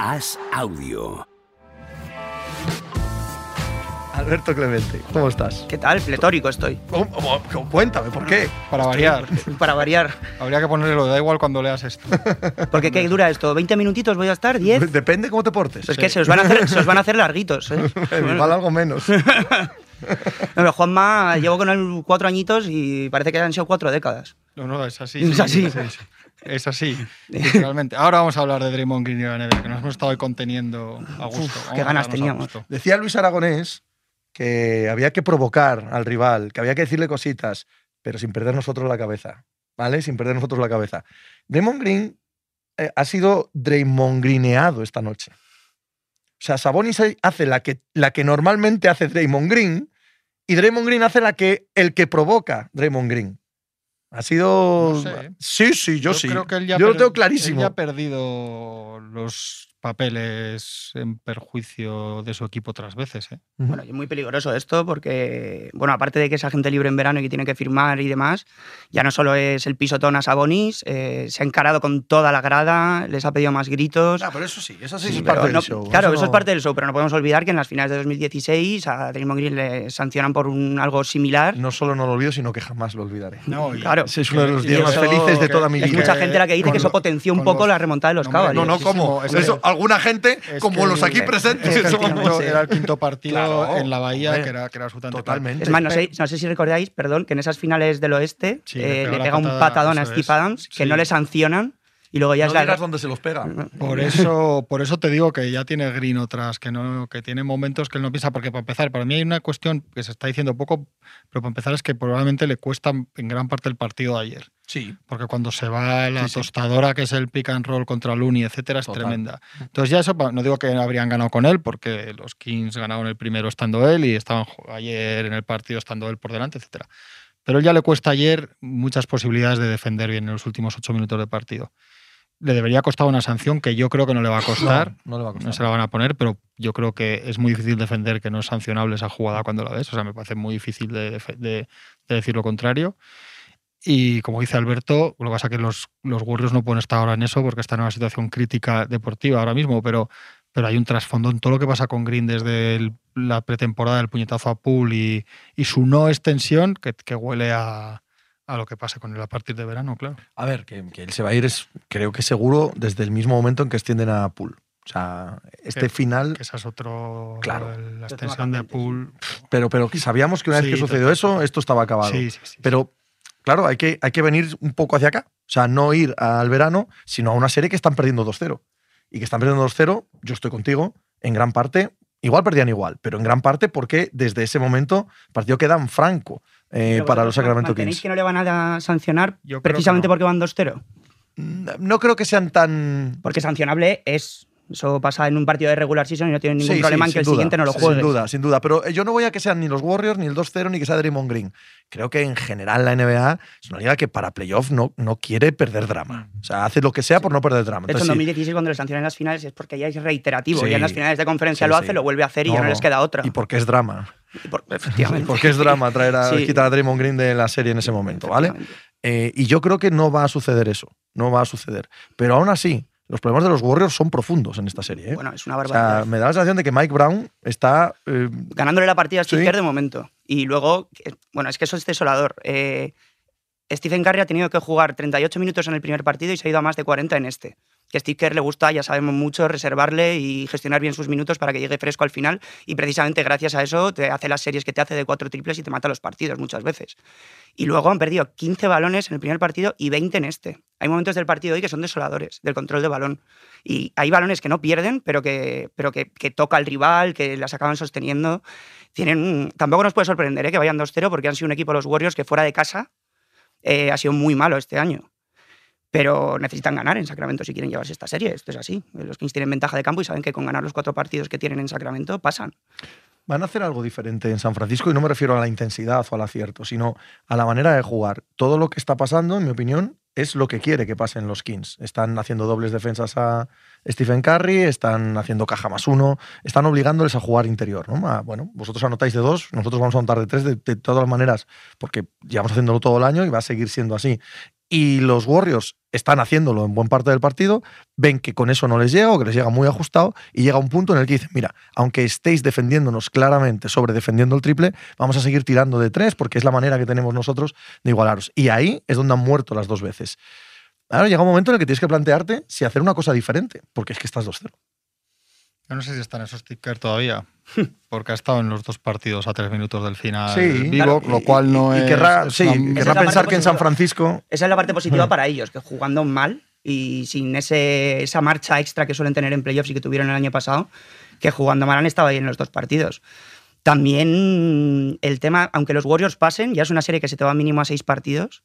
As Audio. Alberto Clemente, ¿cómo estás? ¿Qué tal? Pletórico estoy, ¿Cómo- cómo- cómo- Cuéntame, ¿por qué? Para variar. para variar. Habría que ponerlo, da igual cuando leas esto. Porque ¿qué dura esto? ¿20 minutitos voy a estar? ¿10? Depende cómo te portes. Pues que se os van a hacer, se os van a hacer larguitos. ¿eh? Igual algo menos. Bueno, Juanma, llevo con él cuatro añitos y parece que han sido cuatro décadas. No, no, es así. Es sí, así. sí. Es así, literalmente. Ahora vamos a hablar de Draymond Green y la NBA, que nos hemos estado ahí conteniendo a gusto. Uf, Vamos qué ganas a quedarnos a teníamos. gusto. Decía Luis Aragonés que había que provocar al rival, que había que decirle cositas, pero sin perder nosotros la cabeza. ¿Vale? Sin perder nosotros la cabeza. Draymond Green eh, ha sido Draymond Greeneado esta noche. O sea, Sabonis hace la que, la que normalmente hace Draymond Green y Draymond Green hace la que el que provoca Draymond Green. Ha sido. No sé, ¿eh? Sí, sí, yo, sí. creo que él ya yo lo per- tengo él clarísimo. ya ha perdido los papeles en perjuicio de su equipo otras veces. ¿eh? Ujú. Bueno, y es muy peligroso esto porque, bueno, aparte de que es agente libre en verano y que tiene que firmar y demás, ya no solo es el pisotón a Sabonis, eh, se ha encarado con toda la grada, les ha pedido más gritos. Ah, pero eso sí, eso sí, Sí, es pero parte del no- show. Claro, eso, es no- parte del show, pero no podemos olvidar que en las finales de 2016 a Draymond Green le sancionan por un, algo similar. No solo no lo olvido, sino que jamás lo olvidaré. No, Claro. Ese es uno de los Y días más eso- felices de que- toda mi y Es que- vida. mucha gente la que dice con que eso lo- potenció un con poco los- la remontada de los Hombre, Cavaliers. No, no, Sí, ¿cómo? sí, es Eso, que- alguna gente, es como que- los aquí Es presentes, que el somos- quinto- era el quinto partido Claro, en la Bahía, hombre, que era, que era absolutamente totalmente. Es más, no sé, no sé si recordáis, perdón, que en esas finales del oeste Sí, eh, le pega le la pega un patada, patadón a eso Steve es. Adams que Sí. no le sancionan y luego ya no es la. digas dónde se los pega. Por eso, por eso te digo que ya tiene Green otras, que no, que tiene momentos que él no piensa, porque para empezar, para mí hay una cuestión que se está diciendo poco, pero para empezar es que probablemente le cuesta en gran parte el partido de ayer. Sí. Porque cuando se va la Sí, sí. tostadora, que es el pick and roll contra Looney, etcétera, es Total. Mm. tremenda. Entonces ya eso, pa- no digo que habrían ganado con él, porque los Kings ganaron el primero estando él y estaban jo- ayer en el partido estando él por delante, etcétera. Pero él ya le cuesta ayer muchas posibilidades de defender bien en los últimos ocho minutos de partido. Le debería costar una sanción que yo creo que no le va a costar. No le va a No costar. se la van a poner, pero yo creo que es muy difícil defender que no es sancionable esa jugada cuando la ves. O sea, me parece muy difícil de, defe- de- de decir lo contrario. Y como dice Alberto, lo que pasa es que los, los Warriors no pueden estar ahora en eso porque están en una situación crítica deportiva ahora mismo, pero, pero hay un trasfondo en todo lo que pasa con Green desde el- la pretemporada, el puñetazo a Pool y, y su no extensión que, que huele a, a lo que pase con él a partir de verano, claro. A ver, que, que él se va a ir, es, creo que seguro, desde el mismo momento en que extienden a Pool. O sea, este Que- final. Que esa es otro. Claro. La tema extensión de candente, Pool. Pero, pero que sabíamos que una vez Sí, que sucedió total. eso, esto estaba acabado. Sí, sí, sí. Pero, claro, hay que, hay que venir un poco hacia acá. O sea, no ir al verano, sino a una serie que están perdiendo 2-0. Y que están perdiendo 2-0, yo estoy contigo, en gran parte, igual perdían igual, pero en gran parte porque desde ese momento el partido queda en franco eh, Pero para vosotros los Sacramento mantenéis Kings. que no le van a sancionar Yo creo que precisamente no. porque van 2-0? Mm, No creo que sean tan... Porque sancionable es. Eso pasa en un partido de regular season y no tiene ningún Sí, problema sí, en que sin el duda, siguiente no lo sí, juegue. Sin duda, sin duda. Pero eh, yo no voy a que sean ni los Warriors, ni el 2-0, ni que sea Draymond Green. Creo que en general la NBA es una liga que para playoff no, no quiere perder drama. O sea, hace lo que sea por no perder drama. Mm. De hecho, en Entonces, sí. 2016 cuando le sancionan en las finales es porque ya es reiterativo. Sí. Ya en las finales de conferencia Sí, lo sí. hace, lo vuelve a hacer y ya no, les queda otra. Y porque es drama. Y por- efectivamente. Porque es drama traer a, Sí. quitar a Draymond Green de la serie en ese momento, ¿vale? Efectivamente. Eh, y yo creo que no va a suceder eso. No va a suceder. Pero aún así, los problemas de los Warriors son profundos en esta serie. ¿eh? Bueno, es una o sea, barbaridad. me da la sensación de que Mike Brown está. eh, ganándole la partida a Steve Sí. Kerr de momento. Y luego, eh, bueno, es que eso es desolador. Eh, Stephen Curry ha tenido que jugar 38 minutos en el primer partido y se ha ido a más de 40 en este. Que a Steve Kerr le gusta, ya sabemos mucho, reservarle y gestionar bien sus minutos para que llegue fresco al final. Y precisamente gracias a eso te hace las series que te hace de cuatro triples y te mata los partidos muchas veces. Y luego han perdido 15 balones en el primer partido y 20 en este. Hay momentos del partido hoy que son desoladores, del control de balón. Y hay balones que no pierden, pero que, pero que, que toca al rival, que las acaban sosteniendo. Tienen, un- tampoco nos puede sorprender ¿eh? que vayan 2-0 porque han sido un equipo los Warriors que fuera de casa eh, ha sido muy malo este año. Pero necesitan ganar en Sacramento si quieren llevarse esta serie. Esto es así. Los Kings tienen ventaja de campo y saben que con ganar los cuatro partidos que tienen en Sacramento pasan. Van a hacer algo diferente en San Francisco y no me refiero a la intensidad o al acierto, sino a la manera de jugar. Todo lo que está pasando, en mi opinión, es lo que quiere que pasen los Kings. Están haciendo dobles defensas a Stephen Curry, están haciendo caja más uno, están obligándoles a jugar interior. ¿no? A, bueno, vosotros anotáis de dos, nosotros vamos a anotar de tres de, de todas maneras, porque llevamos haciéndolo todo el año y va a seguir siendo así. Y los Warriors están haciéndolo en buen parte del partido, ven que con eso no les llega o que les llega muy ajustado y llega un punto en el que dicen, mira, aunque estéis defendiéndonos claramente sobre defendiendo el triple, vamos a seguir tirando de tres porque es la manera que tenemos nosotros de igualaros. Y ahí es donde han muerto las dos veces. Ahora llega un momento en el que tienes que plantearte si hacer una cosa diferente, porque es que estás 2-0. Yo no sé si están esos stickers todavía, porque ha estado en los dos partidos a tres minutos del final. Sí, vivo. claro, y- lo cual no y es. querrá, es sí, una- querrá Esa es la pensar parte que en San positiva. Francisco Esa es la parte positiva para ellos, que jugando mal y sin ese, esa marcha extra que suelen tener en playoffs y que tuvieron el año pasado, que jugando mal han estado ahí en los dos partidos. También el tema, aunque los Warriors pasen, ya es una serie que se te va mínimo a seis partidos.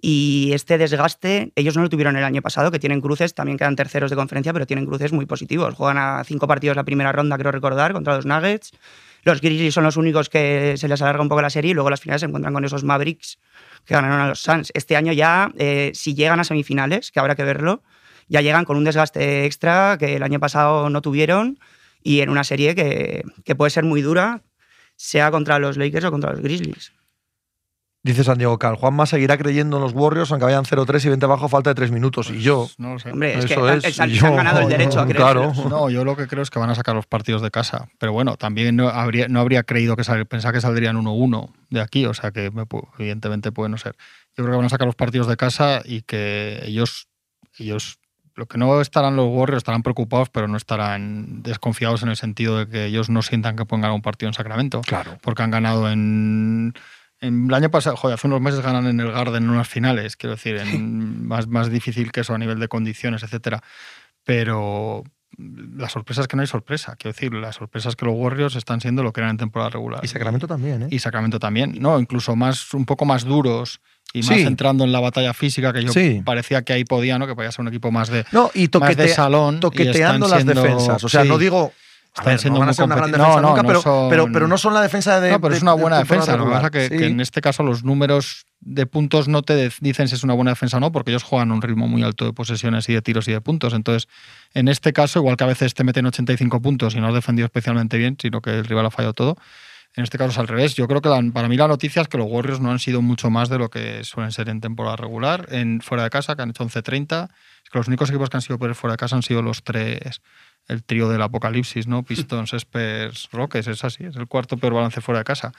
Y este desgaste, ellos no lo tuvieron el año pasado, que tienen cruces, también quedan terceros de conferencia, pero tienen cruces muy positivos. Juegan a cinco partidos la primera ronda, creo recordar, contra los Nuggets. Los Grizzlies son los únicos que se les alarga un poco la serie y luego las finales se encuentran con esos Mavericks que ganaron a los Suns. Este año ya, eh, si llegan a semifinales, que habrá que verlo, ya llegan con un desgaste extra que el año pasado no tuvieron y en una serie que, que puede ser muy dura, sea contra los Lakers o contra los Grizzlies. Dice San Diego Cal, Juanma seguirá creyendo en los Warriors aunque vayan 0-3 y 20 abajo a falta de 3 minutos. Pues y yo, pues, No lo sé. Hombre, es Eso que han- es, se han, yo- se han ganado el derecho a creer. Claro. No, yo lo que creo es que van a sacar los partidos de casa. Pero bueno, también no habría, no habría creído que sal, pensaba que saldrían 1-1 de aquí. O sea que me pu- evidentemente puede no ser. Yo creo que van a sacar los partidos de casa y que ellos, ellos, lo que no estarán los Warriors, estarán preocupados, pero no estarán desconfiados en el sentido de que ellos no sientan que pueden ganar un partido en Sacramento. claro, Porque han ganado en. en el año pasado, joder, hace unos meses ganan en el Garden en unas finales, quiero decir, en más, más difícil que eso a nivel de condiciones, etcétera. Pero la sorpresa es que no hay sorpresa, quiero decir, la sorpresa es que los Warriors están siendo lo que eran en temporada regular. y Sacramento también, ¿eh? Y Sacramento también, ¿no? Incluso más, un poco más duros y más Sí. entrando en la batalla física, que yo Sí. parecía que ahí podía, ¿no? Que podía ser un equipo más de, no, y más de toquetea- salón. y toqueteando están las siendo- defensas. O sea, sí. no digo. A Están ver, siendo no van a muy ser una gran competi- defensa no, nunca, no pero, son- pero, pero no son la defensa de. no, pero de- es una de buena temporada defensa. Lo que pasa regular. que, Sí. que en este caso los números de puntos no te de- dicen si es una buena defensa o no, porque ellos juegan a un ritmo muy alto de posesiones y de tiros y de puntos. Entonces, en este caso, igual que a veces te meten 85 puntos y no has defendido especialmente bien, sino que el rival ha fallado todo. En este caso es al revés. Yo creo que la- para mí la noticia es que los Warriors no han sido mucho más de lo que suelen ser en temporada regular, en fuera de casa, que han hecho 11-30. Es que los únicos equipos que han sido fuera de casa han sido los tres, el trío del apocalipsis, ¿no? Pistons, Spurs, Rockets, es así, es el cuarto peor balance fuera de casa.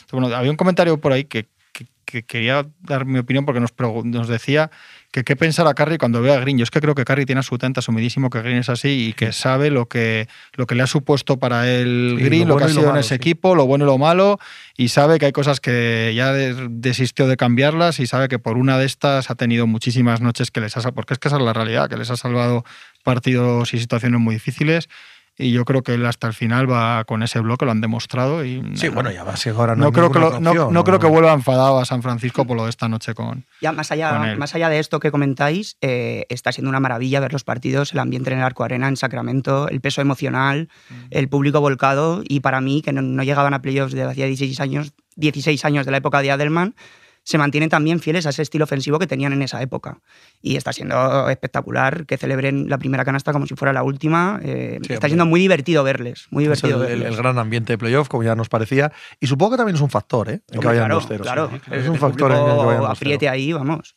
Entonces, Bueno, había un comentario por ahí que, que- que quería dar mi opinión porque nos, pregu- nos decía que qué pensara Carry cuando vea a Green. Yo es que creo que Carry tiene a su tanta asumidísimo que Green es así y que sabe lo que, lo que le ha supuesto para él Sí, Green, lo lo, que bueno y lo ha sido en malo, ese sí. equipo, lo bueno y lo malo, y sabe que hay cosas que ya de- desistió de cambiarlas y sabe que por una de estas ha tenido muchísimas noches que les ha salvado, porque es que esa es la realidad, que les ha salvado partidos y situaciones muy difíciles. Y yo creo que él hasta el final va con ese bloque, lo han demostrado. Y Sí, bueno, ya va, si ahora no. no, hay creo que ninguna lo- no- opción, no creo que vuelva enfadado a San Francisco por lo de esta noche con. Ya más Con allá, él. más allá de esto que comentáis, eh, está siendo una maravilla ver los partidos, el ambiente en el Arco Arena, en Sacramento, el peso emocional, el público volcado y para mí, que no, no llegaban a playoffs desde hacía 16 años, 16 años de la época de Adelman, se mantienen también fieles a ese estilo ofensivo que tenían en esa época. Y está siendo espectacular que celebren la primera canasta como si fuera la última. eh, Sí, está hombre. siendo muy divertido verles, muy Es el, divertido el- verles. el gran ambiente de playoff, como ya nos parecía. Y supongo que también es un factor, ¿eh? En que Hombre, vayan claro, 2-0. claro. sí. El- Es un el factor en que público vayan 2-0. apriete ahí, vamos.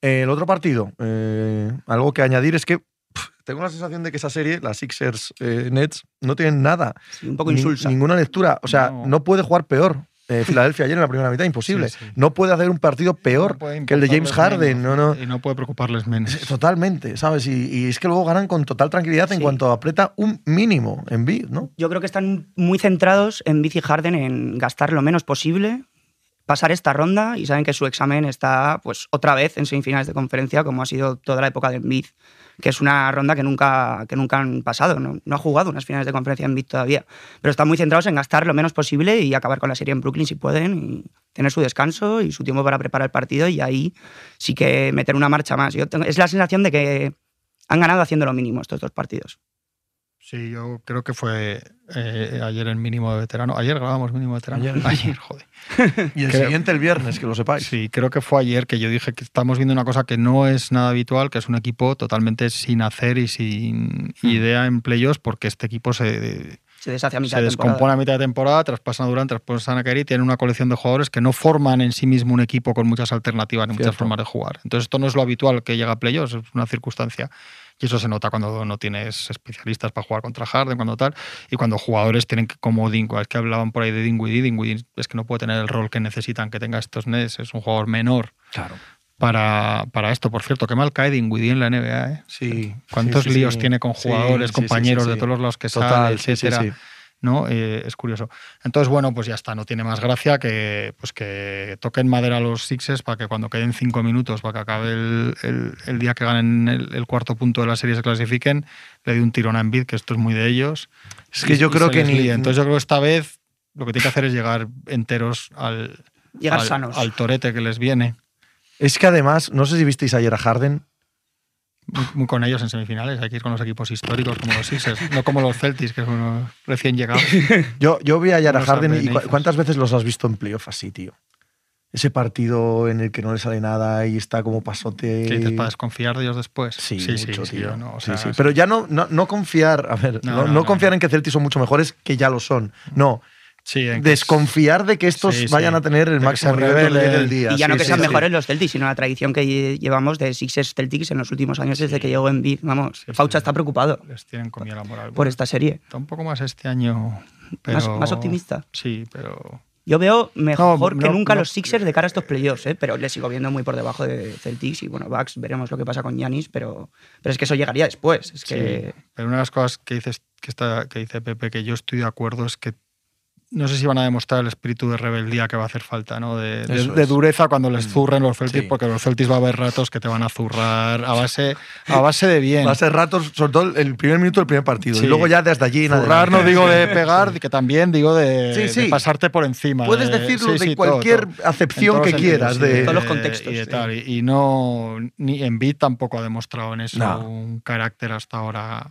El otro partido, eh, algo que añadir es que pf, tengo la sensación de que esa serie, las Sixers eh, Nets, no tienen nada. Sí, un poco Ni- insulsa. ninguna lectura. O sea, no, No. puede jugar peor. Eh, Filadelfia ayer en la primera mitad, imposible. Sí, sí. No puede hacer un partido peor No puede que el de James importarles Harden. No, menos, no. Y no puede preocuparles menos. Totalmente, ¿sabes? Y, y es que luego ganan con total tranquilidad en Sí. cuanto aprieta un mínimo en B, ¿no? Yo creo que están muy centrados en Bici Harden en gastar lo menos posible, pasar esta ronda y saben que su examen está pues otra vez en semifinales de conferencia como ha sido toda la época de Embiid, que es una ronda que nunca, que nunca han pasado, no, no ha jugado unas finales de conferencia Embiid todavía, pero están muy centrados en gastar lo menos posible y acabar con la serie en Brooklyn si pueden y tener su descanso y su tiempo para preparar el partido y ahí sí que meter una marcha más. Yo tengo- es la sensación de que han ganado haciendo lo mínimo estos dos partidos. Sí, yo creo que fue eh, ayer el mínimo de veterano. Ayer grabamos mínimo de veterano. Ayer. ayer joder. Y el Creo- siguiente el viernes, que lo sepáis. Sí, creo que fue ayer que yo dije que estamos viendo una cosa que no es nada habitual, que es un Hmm. equipo totalmente sin hacer y sin idea en playoffs, porque este equipo se, se deshace a mitad se de temporada. descompone a mitad de temporada, traspasan a Durant, traspasan a Kyrie, tienen una colección de jugadores que no forman en sí mismo un equipo con muchas alternativas ni muchas Cierto. formas de jugar. Entonces esto no es lo habitual que llega a playoffs, es una circunstancia. Y eso se nota cuando no tienes especialistas para jugar contra Harden, cuando tal, y cuando jugadores tienen que, como Dingo, es que hablaban por ahí de Dinwiddie, Dinwiddie es que no puede tener el rol que necesitan que tenga estos Nets, es un jugador menor Claro. para, para esto. Por cierto, qué mal cae Dinwiddie en la NBA, ¿eh? Sí. ¿Cuántos sí, sí, líos sí. tiene con Sí, jugadores, sí, sí, compañeros sí, de sí. todos los lados que sale, Total, sí, sí, etcétera? sí. ¿no? Eh, es curioso. Entonces, bueno, pues ya está, no tiene más gracia que, pues que toquen madera los Sixes para que cuando queden cinco minutos, para que acabe el, el- el día que ganen el, el cuarto punto de la serie y se clasifiquen, le dé un tirón a Embiid, que esto es muy de ellos. Es que y- yo y creo se que les ni. lía. Entonces yo creo que esta vez lo que tiene que hacer es llegar enteros al, Llegar al- sanos. al torete que les viene. Es que además, no sé si visteis ayer a Harden. Muy, muy con ellos en semifinales, hay que ir con los equipos históricos como los Sixers, no como los Celtics, que son unos recién llegados. Yo, yo vi ayer a Unos Harden y cu- advenedizos. ¿cuántas veces los has visto en playoff así, tío? Ese partido en el que no le sale nada y está como pasote. Que dices, para desconfiar de ellos después. Sí, sí, mucho, sí, tío. yo no, o Sí, sea, sí. Pero ya no, no, no confiar, a ver, No, no, no, no no, confiar no. en que Celtics son mucho mejores, que ya lo son. No, sí, en que- desconfiar de que estos Sí, sí. vayan a tener De el que máximo se nivel rebelen. del día. Y ya no Sí, que sí, sean sí. mejores los Celtics, sino la tradición que llevamos de Sixers Celtics en los últimos años desde que llegó Embiid. Vamos, Sí, sí, Faucha sí. está preocupado Les tienen comida la moral. por Bueno, esta serie. Está un poco más este año. Pero... Más, más optimista. Sí, pero. Yo veo mejor No, que no, nunca no. los Sixers de cara a estos playoffs, ¿eh? pero les sigo viendo muy por debajo de Celtics y bueno, Bucks, veremos lo que pasa con Giannis, pero, pero es que eso llegaría después. Es que sí. Pero una de las cosas que, dices, que, está, que dice Pepe, que yo estoy de acuerdo, es que no sé si van a demostrar el espíritu de rebeldía que va a hacer falta, ¿no? De, de- Eso de es. dureza cuando les Mm. zurren los Celtics, Sí. porque los Celtics va a haber ratos que te van a zurrar a base, a base de bien. Va a ser ratos, sobre todo el primer minuto del primer partido. Sí. Y luego ya desde allí. en Zurrar no adelante. digo de pegar, que también digo de, Sí, de sí. pasarte por encima. Puedes de- decirlo de sí, sí, todo, cualquier todo. acepción En que todos quieras. sentidos, sí, de, Todos los contextos, Y, de sí. tal. Y- y no, ni Envid tampoco ha demostrado en eso No. un carácter hasta ahora,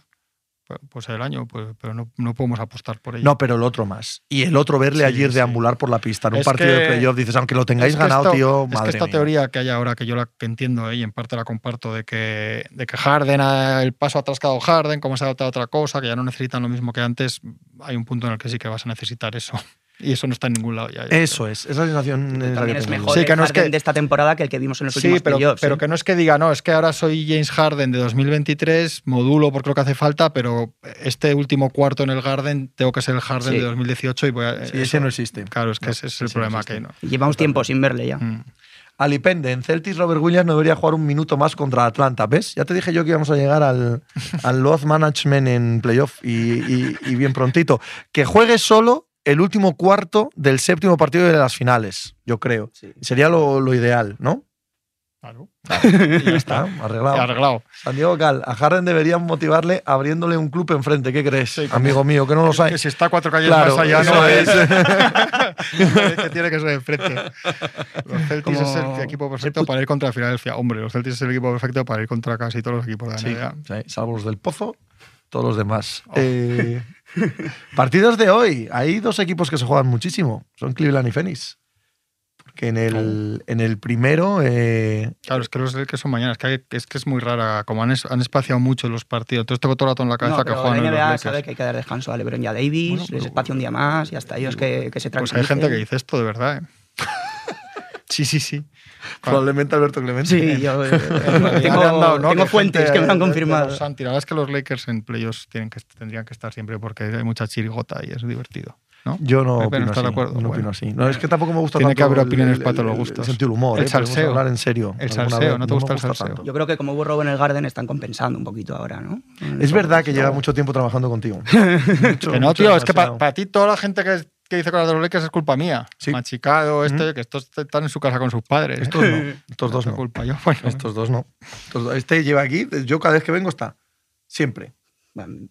pu- pues el año, pues, pero no, no podemos apostar por ello. No, pero el otro más. Y el otro verle Sí, ayer sí. deambular por la pista en un Es partido que- de playoff, dices, aunque lo tengáis Es que ganado, esto- tío, Es que madre esta mía. teoría que hay ahora, que yo la que entiendo eh, y en parte la comparto, de que, de que Harden, ha- el paso atrás que ha dado Harden, cómo se ha adaptado a otra cosa, que ya no necesitan lo mismo que antes, hay un punto en el que sí que vas a necesitar eso. Y eso no está en ningún lado ya. yo creo. Eso es, esa sensación es la que también es tengo yo. mejor Sí, el que no es Harden que- de esta temporada que el que vimos en los Sí, últimos pero, playoffs. pero ¿eh? que no es que diga, no, es que ahora soy James Harden de 2023, modulo porque lo que hace falta, pero este último cuarto en el Garden tengo que ser el Harden Sí. de 2018 y voy a... Sí, Eh, eso- ese no existe. Claro, es que ese es el ese no problema existe. que no. Llevamos tiempo sin verle ya. Mm. Alipende, en Celtics Robert Williams no debería jugar un minuto más contra Atlanta. ¿Ves? Ya te dije yo que íbamos a llegar al, al load management en playoff y, y- y bien prontito. Que juegue solo el último cuarto del séptimo partido de las finales, yo creo. Sería lo, lo ideal, ¿no? Claro. Y ya está, arreglado. Arreglado. San Diego Cal, a Harden deberían motivarle abriéndole un club enfrente. ¿Qué crees, Sí, como- amigo mío? Que no lo Es que sabes. si está cuatro calles Claro, más allá, eso no es. es. Es que tiene que ser enfrente. Los Celtics Como- es el equipo perfecto el put- para ir contra Filadelfia. Hombre, los Celtics es el equipo perfecto para ir contra casi todos los equipos de la NBA. salvo los del Pozo, todos los demás. Oh. Eh, partidos de hoy. Hay dos equipos que se juegan muchísimo. Son Cleveland y Phoenix. Porque en Oh. el, en el primero... eh, Claro, es que los que son mañana, es que, hay- es que es muy rara, como han, es- han espaciado mucho los partidos, entonces tengo todo el rato en la cabeza No, que pero juegan hoy la los NBA Lakers. sabe que hay que dar descanso a LeBron y a Davis, Bueno, pero- les espacio un día más y hasta ellos que, que se Pues tranquilicen. hay gente que dice esto, de verdad. ¿eh? sí, sí, sí. Cuando- probablemente Alberto Clemente. Sí, yo eh, cuando ya le tengo, han dado, ¿no? tengo Que fuentes gente que me lo han de- de confirmado. los anti- La verdad es que los Lakers en playoffs tienen que, tendrían que estar siempre porque hay mucha chirigota y es divertido. ¿no? Yo no Pepe, opino no está así. de acuerdo. No Bueno. opino así. No, es que tampoco me gusta Tiene tanto que haber el- opiniones el- para todos los el- gustos. El sentido del humor. El eh, podemos salseo. hablar en serio. El alguna salseo, vez. ¿no te me gusta el salseo? tanto. Yo creo que como hubo robo en el Garden están compensando un poquito ahora, ¿no? Es verdad que lleva mucho tiempo trabajando contigo. Mucho, Que no, mucho, tío, es que para demasiado. ti toda la gente que, que dice cosas de los Lakers es culpa mía. Sí. Machicado, este, que estos están en su casa con sus padres. ¿eh? Estos no. Estos dos es no. culpa yo. Bueno, Estos dos no. Estos dos- Este lleva aquí, yo cada vez que vengo está. Siempre. Bueno,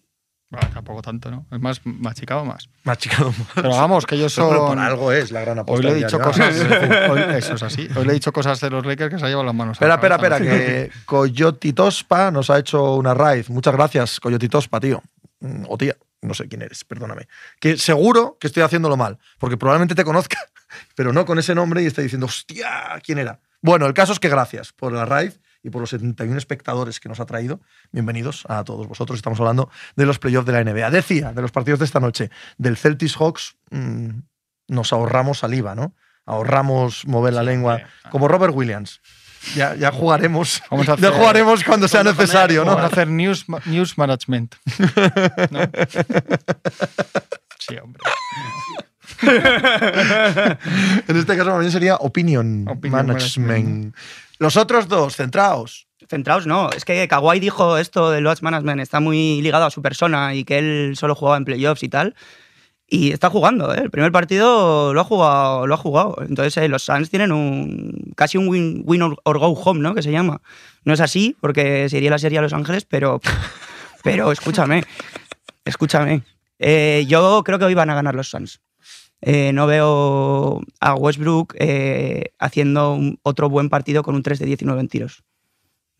bueno, tampoco tanto, ¿no. Es más machicado más. Machicado más. Pero vamos, que ellos Pero por son... algo es la gran apuesta. Hoy le he del dicho día de hoy. cosas. hoy- eso es así. Hoy le he dicho cosas de los Lakers que se ha llevado las manos. a Espera, la espera, cabeza, espera, que Coyotitospa nos ha hecho una raid. Muchas gracias, Coyotitospa, tío. Mm, O tía, no sé quién eres, perdóname. Que seguro que estoy haciéndolo mal, porque probablemente te conozca, pero no con ese nombre y esté diciendo, hostia, ¿quién era? Bueno, el caso es que gracias por la raid y por los 71 espectadores que nos ha traído. Bienvenidos a todos vosotros. Estamos hablando de los playoffs de la NBA. Decía, de los partidos de esta noche, del Celtics Hawks, mm, nos ahorramos saliva, ¿no? Ahorramos mover la Sí, lengua, hombre, ah. como Robert Williams. Ya, ya jugaremos. Vamos a Ya hacer- jugaremos cuando sea Cuando- cuando necesario, Vamos a ¿no? hacer news, ma- news management. ¿No? Sí, hombre. En este caso, más bien sería opinion, Opinion management. management. Los otros dos, centraos. Centraos no, es que Kawhi dijo esto del Watch Management, está muy ligado a su persona y que él solo jugaba en playoffs y tal. Y está jugando, ¿eh? el primer partido lo ha jugado, lo ha jugado. Entonces eh, los Suns tienen un casi un win, win or, or go home, ¿no? Que se llama. No es así porque sería la serie a Los Ángeles, pero pero escúchame, escúchame. Eh, yo creo que hoy van a ganar los Suns. Eh, no veo a Westbrook eh, haciendo un- otro buen partido con un 3 de 19 en tiros.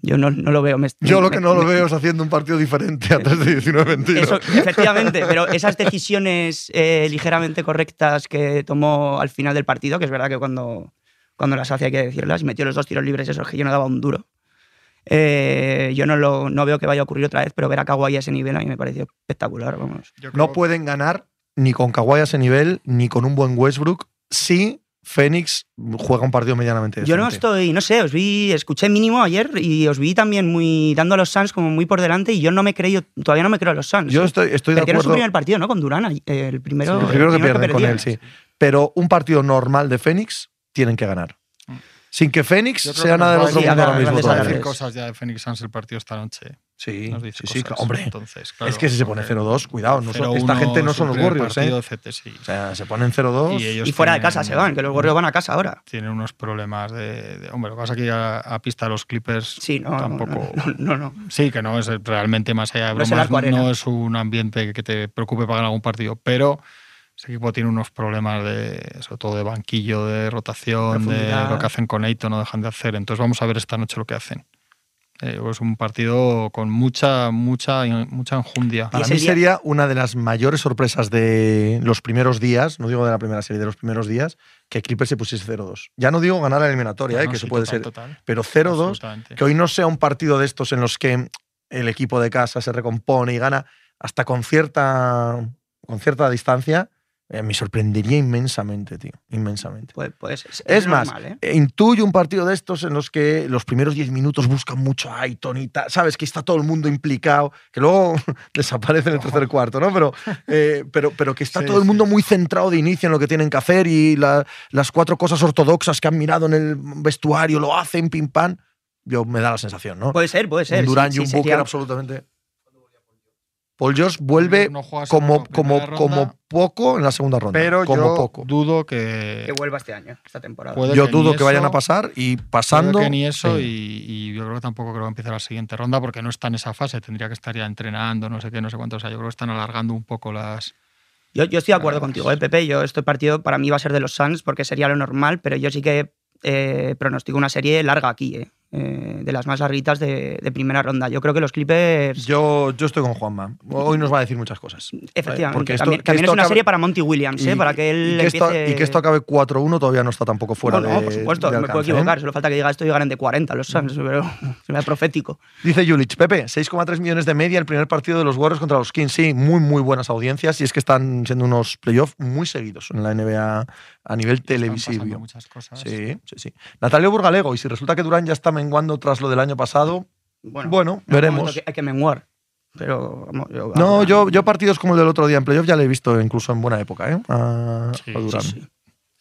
Yo no, no lo veo. me- Yo lo me- que no lo me- veo es haciendo un partido diferente a 3 de 19 mentiras. eso, efectivamente, pero esas decisiones eh, ligeramente correctas que tomó al final del partido, que es verdad que cuando, cuando las hace hay que decirlas, y metió los dos tiros libres, eso es que yo no daba un duro. Eh, yo no, lo, no veo que vaya a ocurrir otra vez, pero ver a Kawhi a ese nivel a mí me pareció espectacular, vamos. Yo No creo- pueden ganar ni con Kawhi a ese nivel, ni con un buen Westbrook, si Phoenix juega un partido medianamente Yo no decente. estoy, no sé, os vi, escuché mínimo ayer y os vi también muy dando a los Suns como muy por delante y yo no me he creído, todavía no me creo a los Suns. Yo estoy, estoy de Perdieron su acuerdo. primer partido, ¿no? Con Durán, eh, el primero, el primero que el primero pierden con perdían. él, sí. Pero un partido normal de Phoenix tienen que ganar. Sin que Phoenix Mm. Yo creo sea que nada del nos otro va a mundo decir- ahora mismo. Nos grandes va a todavía. decir alardes. cosas ya de Phoenix Suns el partido esta noche. Sí, Nos dice sí, sí, cosas. hombre. Entonces, claro, Es que si se pone 0-2, cuidado. no son- esta 0-1 gente no es son un los primer Warriors, partido ¿eh? decente, sí. O sea, se ponen 0-2. Y ellos Y fuera de tienen- casa se van, que los Warriors van a casa ahora. Tienen unos problemas de, de- Hombre, lo que pasa es que a, a pista los Clippers Sí, no, no, tampoco. No, no, no. Sí, que no es realmente más allá de No es el bromas, Arco no, Arena. es un ambiente que te preocupe para ganar algún partido, pero ese equipo tiene unos problemas de, sobre todo de banquillo, de rotación, de Profundidad. lo que hacen con Eito, no dejan de hacer. Entonces vamos a ver esta noche lo que hacen. Eh, es un partido con mucha, mucha, mucha enjundia. Y Para es mí el día- sería una de las mayores sorpresas de los primeros días, no digo de la primera serie, de los primeros días, que Clippers se pusiese 0-2. Ya no digo ganar la eliminatoria, eh, No, que se sí, puede total, ser, total. pero 0-2, Absolutamente. que hoy no sea un partido de estos en los que el equipo de casa se recompone y gana hasta con cierta, con cierta distancia, eh, me sorprendería inmensamente, tío, inmensamente. Puede, puede ser. Es más, normal, ¿eh? E Intuyo un partido de estos en los que los primeros 10 minutos buscan mucho a Aiton y tal. Sabes que está todo el mundo implicado, que luego desaparece en el tercer cuarto, ¿no? Pero, eh, pero, pero que está Sí, todo el sí. mundo muy centrado de inicio en lo que tienen que hacer y la- las cuatro cosas ortodoxas que han mirado en el vestuario lo hacen, pim pam. Yo me da la sensación, ¿no? Puede ser, puede ser. un sí, Durant y sí, un Booker sería- absolutamente. Paul George vuelve No juegas en como, la primera como, ronda, como poco en la segunda ronda. pero como yo poco. dudo que, Que vuelva este año, esta temporada. Puede- Yo que ni dudo que vayan eso- a pasar y Creo pasando. que ni eso sí. y, y yo creo que tampoco creo que empiece la siguiente ronda porque no está en esa fase, tendría que estar ya entrenando, no sé qué, no sé cuánto, o sea, yo creo que están alargando un poco las... Yo, yo estoy de acuerdo Claro, contigo, sí. ¿eh, Pepe. Yo este partido para mí va a ser de los Suns porque sería lo normal, pero yo sí que eh, pronostico una serie larga aquí, ¿eh? Eh, de las más larguitas de, de primera ronda. Yo creo que los Clippers, Yo, yo estoy con Juanma. Hoy nos va a decir muchas cosas. efectivamente, porque esto- también, que también esto es una acabe- serie para Monty Williams, ¿eh? Y- para que él y, que esto, empiece- y que esto acabe 4-1 todavía no está tampoco fuera no, de. no, por de supuesto, me puedo alcance, ¿eh? equivocar. Solo falta que diga esto y ganen de 40 los Suns, pero se me da profético. Dice Julich, Pepe, 6,3 millones de media el primer partido de los Warriors contra los Kings. Sí, muy, muy buenas audiencias. Y es que están siendo unos playoffs muy seguidos en la NBA a nivel Están pasando televisivo. muchas cosas. Sí, sí, sí. Natalio Burgalego, y si resulta que Durán ya está menguando tras lo del año pasado, Bueno, Bueno, en algún veremos. momento que- Hay que menguar. Pero vamos, yo, No, yo, yo partidos como el del otro día en playoff ya le he visto incluso en buena época, ¿eh? A, Sí, a Durán. Sí, sí.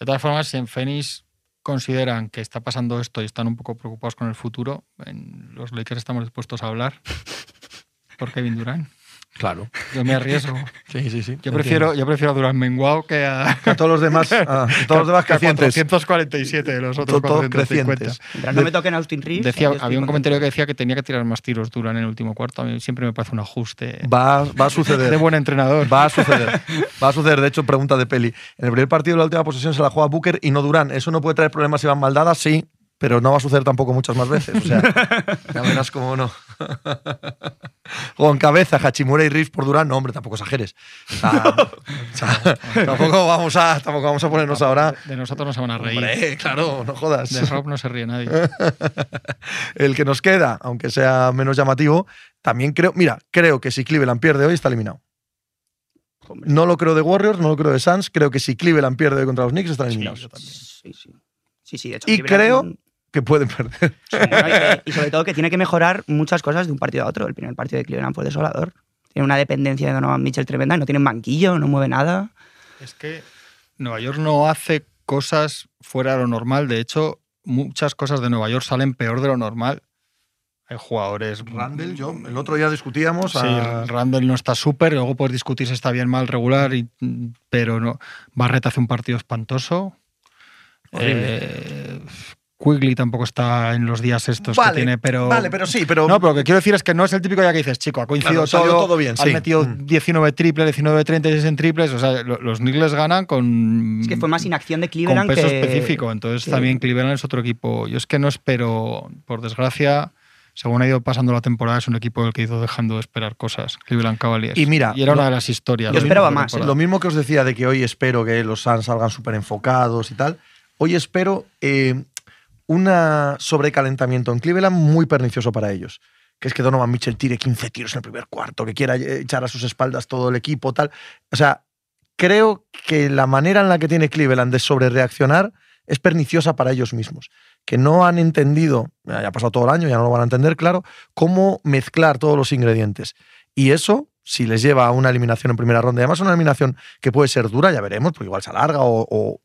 De todas formas, si en Phoenix consideran que está pasando esto y están un poco preocupados con el futuro, en los Lakers estamos dispuestos a hablar por Kevin Durant. Claro. Yo me arriesgo. Sí, sí, sí. Yo prefiero, yo prefiero a Durant Menguao que a... A todos los demás, a todos los demás que a crecientes. 447 de los otros Todos 450. crecientes. Mientras no me toquen Austin Reeves. Decía, yo estoy había un contento. comentario que decía que tenía que tirar más tiros Durán en el último cuarto. A mí siempre me parece un ajuste Va, va a de suceder. buen entrenador. Va a suceder. Va a suceder. De hecho, pregunta de peli. En el primer partido de la última posesión se la juega Booker y no Durán. ¿Eso no puede traer problemas si van mal dadas? Sí, pero no va a suceder tampoco muchas más veces. O sea, ya verás cómo no. con cabeza Hachimura y Reeves por Durán, no, hombre, tampoco exageres. O sea, o sea, tampoco, vamos a, tampoco vamos a ponernos ahora. Ah, De nosotros no se van a reír. Hombre, claro, no jodas. De Rob no se ríe nadie. El que nos queda, aunque sea menos llamativo, también creo. Mira, creo que si Cleveland pierde hoy, está eliminado. Hombre, No lo creo de Warriors, no lo creo de Suns. Creo que si Cleveland pierde hoy contra los Knicks, están Sí, eliminados. yo también. sí, sí. Sí, sí, de hecho. Y Cleveland- creo- Que pueden perder. Sí, bueno, y, y sobre todo que tiene que mejorar muchas cosas de un partido a otro. El primer partido de Cleveland fue desolador. Tiene una dependencia de Donovan Mitchell tremenda, no tienen banquillo, no mueve nada. Es que Nueva York no hace cosas fuera de lo normal. De hecho, muchas cosas de Nueva York salen peor de lo normal. Hay jugadores. Randall, yo, el otro día discutíamos. a- Sí, Randall no está súper, luego puedes discutir si está bien, mal, regular, y- pero no. Barrett hace un partido espantoso. Horrible. Eh, Quigley tampoco está en los días estos Vale, que tiene, pero. Vale, pero sí, pero. No, pero lo que quiero decir es que no es el típico ya que dices, chico, ha coincidido Claro, salió todo bien, han sí. metido Mm. 19 triples, 19 36 en triples, o sea, lo- los Knicks les ganan con Es que fue más inacción de Cleveland con peso que. específico. Entonces que- también Cleveland es otro equipo. Yo es que no espero, por desgracia, según ha ido pasando la temporada, es un equipo del que he ido dejando de esperar cosas. Cleveland Cavaliers. Y mira, era lo- una de las historias. yo de la esperaba temporada. más, ¿eh? Ah, Lo mismo que os decía de que hoy espero que los Suns salgan súper enfocados y tal, hoy espero eh, un sobrecalentamiento en Cleveland muy pernicioso para ellos. Que es que Donovan Mitchell tire 15 tiros en el primer cuarto, que quiera eh, echar a sus espaldas todo el equipo, tal. O sea, creo que la manera en la que tiene Cleveland de sobrereaccionar es perniciosa para ellos mismos. Que no han entendido, ya ha pasado todo el año, ya no lo van a entender, claro, cómo mezclar todos los ingredientes. Y eso, si les lleva a una eliminación en primera ronda, y además una eliminación que puede ser dura, ya veremos, porque igual se alarga o, o-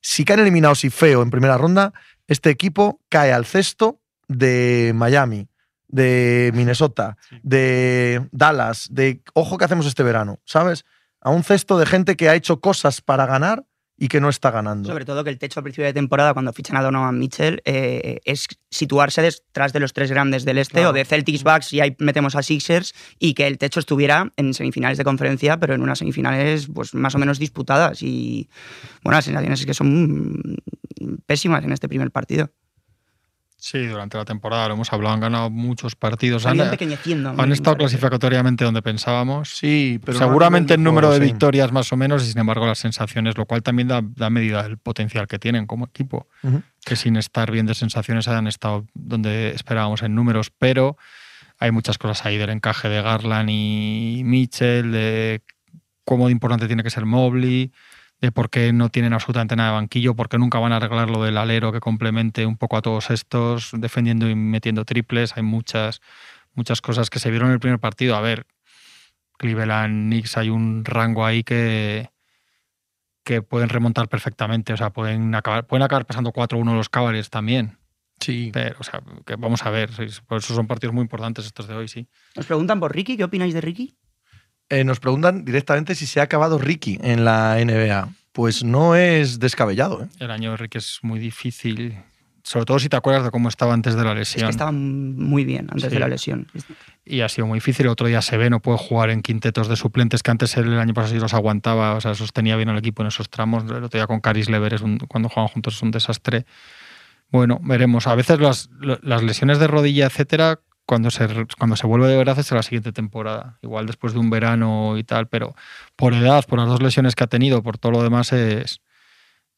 Si caen eliminados y feo en primera ronda, este equipo cae al cesto de Miami, de Minnesota, Sí. de Dallas, de... Ojo que hacemos este verano, ¿sabes? A un cesto de gente que ha hecho cosas para ganar y que no está ganando. Sobre todo que el techo al principio de temporada, cuando fichan a Donovan Mitchell, eh, es situarse detrás de los tres grandes del este Claro. o de Celtics Bucks y ahí metemos a Sixers y que el techo estuviera en semifinales de conferencia, pero en unas semifinales pues más o menos disputadas. Y bueno, las sensaciones es que son mm, pésimas en este primer partido. Sí, durante la temporada lo hemos hablado, han ganado muchos partidos. Se han Pues Han, eh, ido empequeñeciendo, han me estado parece. clasificatoriamente donde pensábamos. Sí, pero... no a Seguramente nivel en número de juego, sí. victorias más o menos, y sin embargo las sensaciones, lo cual también da, da medida del potencial que tienen como equipo. Ujú. que sin estar bien de sensaciones han estado donde esperábamos en números, pero hay muchas cosas ahí del encaje de Garland y Mitchell, de cómo de importante tiene que ser Mobley, de por qué no tienen absolutamente nada de banquillo, por qué nunca van a arreglar lo del alero que complemente un poco a todos estos, defendiendo y metiendo triples. Hay muchas, muchas cosas que se vieron en el primer partido. A ver, Cleveland, Knicks, hay un rango ahí que, que pueden remontar perfectamente. O sea, pueden acabar, pueden acabar pasando 4-1 los Cavaliers también. Sí. Pero, o sea, que vamos a ver. sí, Por eso son partidos muy importantes estos de hoy, sí. Nos preguntan por Ricky, ¿qué opináis de Ricky? Eh, nos preguntan directamente si se ha acabado Ricky en la NBA. Pues no es descabellado. ¿eh? El año de Ricky es muy difícil. Sobre todo si te acuerdas de cómo estaba antes de la Es lesión. que estaban muy bien antes Sí. de la lesión. Y ha sido muy difícil. El otro día se ve, no puede jugar en quintetos de suplentes que antes él el año pasado sí los aguantaba. O sea, sostenía bien al equipo en esos tramos. El otro día con Caris Lever es un- cuando juegan juntos es un desastre. Bueno, veremos. A veces las, lo- las lesiones de rodilla, etcétera, cuando se, re- cuando se vuelve de verdad es a la siguiente temporada. Igual después de un verano y tal, pero por edad, por las dos lesiones que ha tenido, por todo lo demás, es,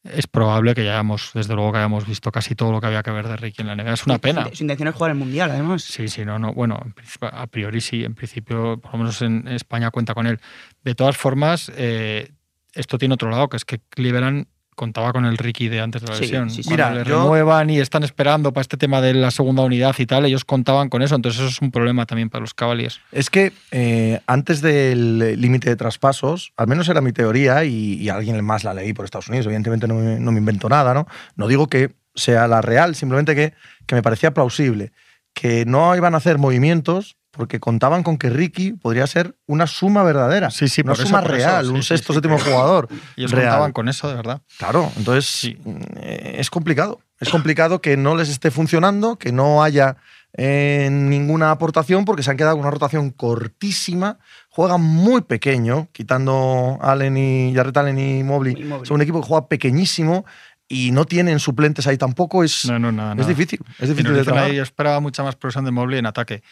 es probable que ya hayamos, desde luego que hayamos visto casi todo lo que había que ver de Ricky en la NBA. Es una pena. Su, su intención es jugar el Mundial, además. Sí, sí, no, no. Bueno, en principio- a priori sí, en principio, por lo menos en España cuenta con él. De todas formas, eh, esto tiene otro lado, que es que Cleveland contaba con el Ricky de antes de la Sí, lesión. sí, sí. Cuando Mira, le yo- renuevan y están esperando para este tema de la segunda unidad y tal, ellos contaban con eso. Entonces, eso es un problema también para los Cavaliers. Es que eh, antes del límite de traspasos, al menos era mi teoría y, y alguien más la leí por Estados Unidos, evidentemente no me, no me invento nada, ¿no? No digo que sea la real, simplemente que, que me parecía plausible, que no iban a hacer movimientos porque contaban con que Ricky podría ser una suma verdadera, Sí, sí, una por eso, suma por eso, real, sí, un sí, sexto, sí, séptimo que- jugador. Ellos Real. contaban con eso, de verdad. Claro, entonces Sí. eh, es complicado. Es complicado que no les esté funcionando, que no haya eh, ninguna aportación, porque se han quedado con una rotación cortísima. Juegan muy pequeño, quitando Allen y Jarrett Allen y Mobley. Y Mobley. Son un equipo que juega pequeñísimo y no tienen suplentes ahí tampoco. Es, No, no, nada. es nada. difícil. Es Y difícil nos de dicen trabajar. ahí, yo esperaba mucha más progresión de Mobley en ataque.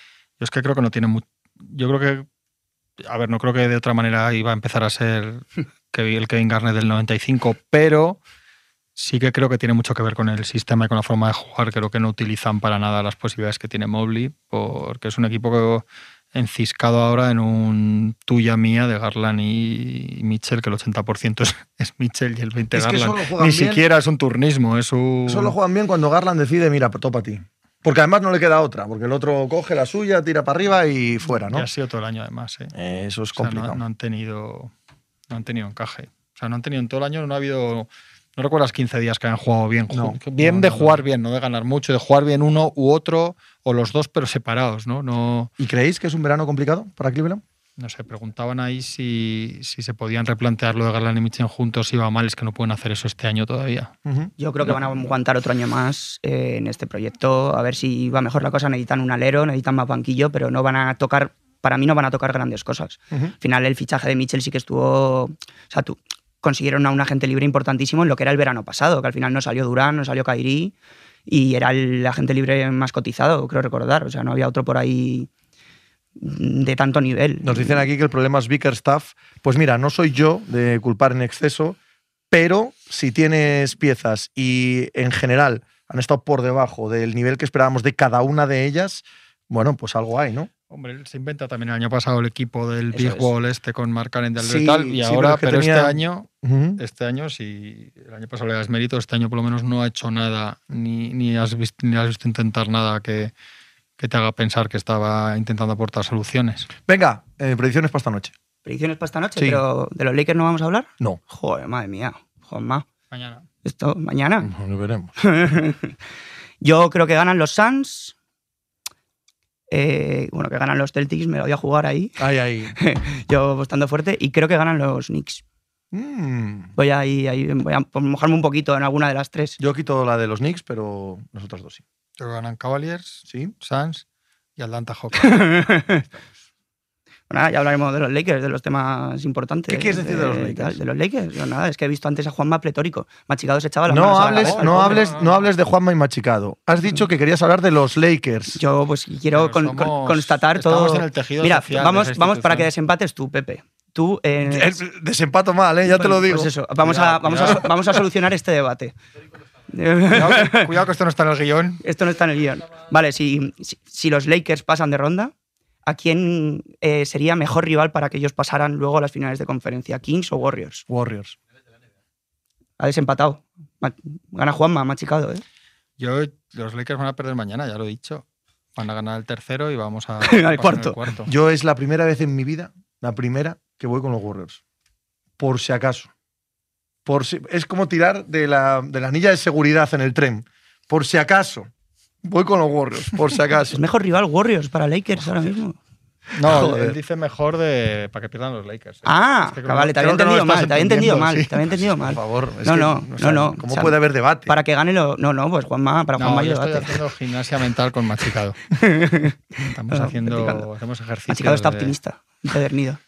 Yo es que creo que no tiene mu- yo creo que, a ver, no creo que de otra manera iba a empezar a ser que el Kevin Garnett del 95, pero sí que creo que tiene mucho que ver con el sistema y con la forma de jugar. Creo que no utilizan para nada las posibilidades que tiene Mobley, porque es un equipo que enciscado ahora en un tuya mía de Garland y Mitchell, que el 80% es, es Mitchell y el 20% Es que Garland. solo juegan Ni bien- siquiera es un turnismo, es un... Solo juegan bien cuando Garland decide, mira, pues topa a ti. Porque además no le queda otra, porque el otro coge la suya, tira para arriba y fuera, Y ¿no? ha sido todo el año además, ¿eh? Eh, Eso es O sea, no- complicado. no, han tenido no han tenido encaje. O sea, no han tenido en todo el año, no ha habido. No recuerdas 15 días que han jugado bien. No. Ju- bien No, de no, no. jugar bien, no de ganar mucho, de jugar bien uno u otro, o los dos, pero separados, ¿no? No, ¿Y creéis que es un verano complicado para Cleveland? no sé, preguntaban ahí si, si se podían replantear lo de Garland y Mitchell juntos, si iba mal, es que no pueden hacer eso este año todavía. Ujú. Yo creo que van a aguantar otro año más eh, en este proyecto, a ver si va mejor la cosa. Necesitan un alero, necesitan más banquillo, pero no van a tocar, para mí no van a tocar grandes cosas. Ujú. Al final el fichaje de Mitchell sí que estuvo, o sea, tú, consiguieron a un agente libre importantísimo en lo que era el verano pasado, que al final no salió Durán, no salió Kairi y era el agente libre más cotizado, creo recordar. O sea, no había otro por ahí mm, de tanto nivel. Nos dicen aquí que el problema es Bickerstaff. Pues mira, no soy yo de culpar en exceso, pero si tienes piezas y en general han estado por debajo del nivel que esperábamos de cada una de ellas, bueno, pues algo hay, ¿no? Hombre, él se inventa también el año pasado el equipo del Eso Big es. Wall este con Mark Calendar Sí, y tal, y sí, pero ahora, es que pero este tenía- año Ujú. este año, si el año pasado le das mérito, este año por lo menos no ha hecho nada, ni, ni, has, visto, ni has visto intentar nada que, que te haga pensar que estaba intentando aportar soluciones. Venga, eh, predicciones para esta noche. Predicciones para esta noche, Sí. pero de los Lakers no vamos a hablar. No. Joder, madre mía, joder, ma. Mañana. Esto mañana. Lo veremos. Yo creo que ganan los Suns. Eh, bueno, que ganan los Celtics, me lo voy a jugar ahí. Ay, ay. Yo apostando fuerte. Y creo que ganan los Knicks. Mm. Voy a, ir- ahí, voy a mojarme un poquito en alguna de las tres. Yo quito la de los Knicks, pero nosotros dos sí. Yo creo que ganan Cavaliers, ¿Sí? Suns y Atlanta Hawks. Pues Nada, ya hablaremos de los Lakers, de los temas importantes. Eh, ¿Qué quieres decir de los Lakers? tal, de los Lakers. Yo nada, es que he visto antes a Juanma pletórico. Machicado se echaba las manos No a la hables, cabeza, el no, pobre. hables, no hables de Juanma y Machicado. Has dicho que querías hablar de los Lakers. Yo pues quiero Pero con- con- somos- constatar estamos todo. en el tejido Mira, social de vamos, esa vamos para que institución. desempates tú, Pepe. Tú, eh, Eh, Desempato mal, ¿eh? ya te lo Pues digo. eso, vamos, Cuidado, a, vamos, cuidado. a, vamos a solucionar este debate. Cuidado que- Cuidado que esto no está en el guión. Esto no está en el guión. Vale, si, si, si los Lakers pasan de ronda, ¿a quién eh, sería mejor rival para que ellos pasaran luego a las finales de conferencia? ¿Kings o Warriors? Warriors. Ha desempatado. Ma- Gana Juanma, machicado, ¿eh? Yo, los Lakers van a perder mañana, ya lo he dicho. Van a ganar el tercero y vamos a... Al cuarto. al cuarto. Yo es la primera vez en mi vida, la primera que voy con los Warriors. Por si acaso. Por si- es como tirar de la, de la anilla de seguridad en el tren. Por si acaso. Voy con los Warriors, por si acaso. ¿Es mejor rival Warriors para Lakers ahora mismo? No, Joder. él dice mejor de para que pierdan los Lakers. ¿eh? Ah, Es que creo- vale, te había creo que no entendido lo estás mal, te había entendido entendiendo, mal, sí. te había entendido Por mal. favor. es No, que, no, o sea, no, no. ¿Cómo O sea, puede haber debate? Para que gane lo... No, no, pues Juanma, para Juanma No, hay yo estoy debate. haciendo gimnasia mental con machicado. Estamos Ah, practicando. haciendo hacemos ejercicio. Machicado está eh. de- optimista, empedernido.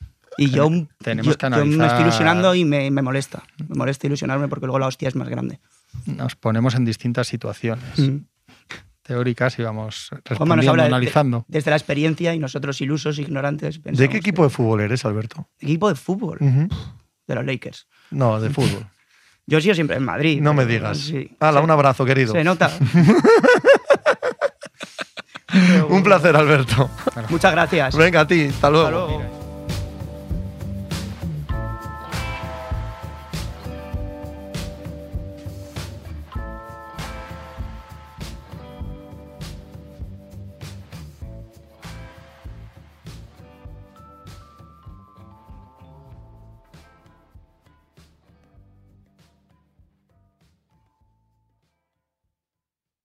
Y yo, Tenemos yo- que yo me analizar- estoy ilusionando y me, me molesta. Me molesta ilusionarme porque luego la hostia es más grande. Nos ponemos en distintas situaciones Mm. teóricas y vamos Juanma nos pues respondiendo, habla de- analizando. desde la experiencia y nosotros ilusos, ignorantes. ¿De pensamos qué que- equipo Mm. de fútbol eres, Alberto? Equipo de fútbol, Ujú. de los Lakers. No, de fútbol. Yo he sido siempre en Madrid. No me pero- digas. Sí. Hala, Se- un abrazo, querido. Se nota. Un placer, Alberto. Muchas gracias. Venga, a ti. Hasta luego. Hasta luego.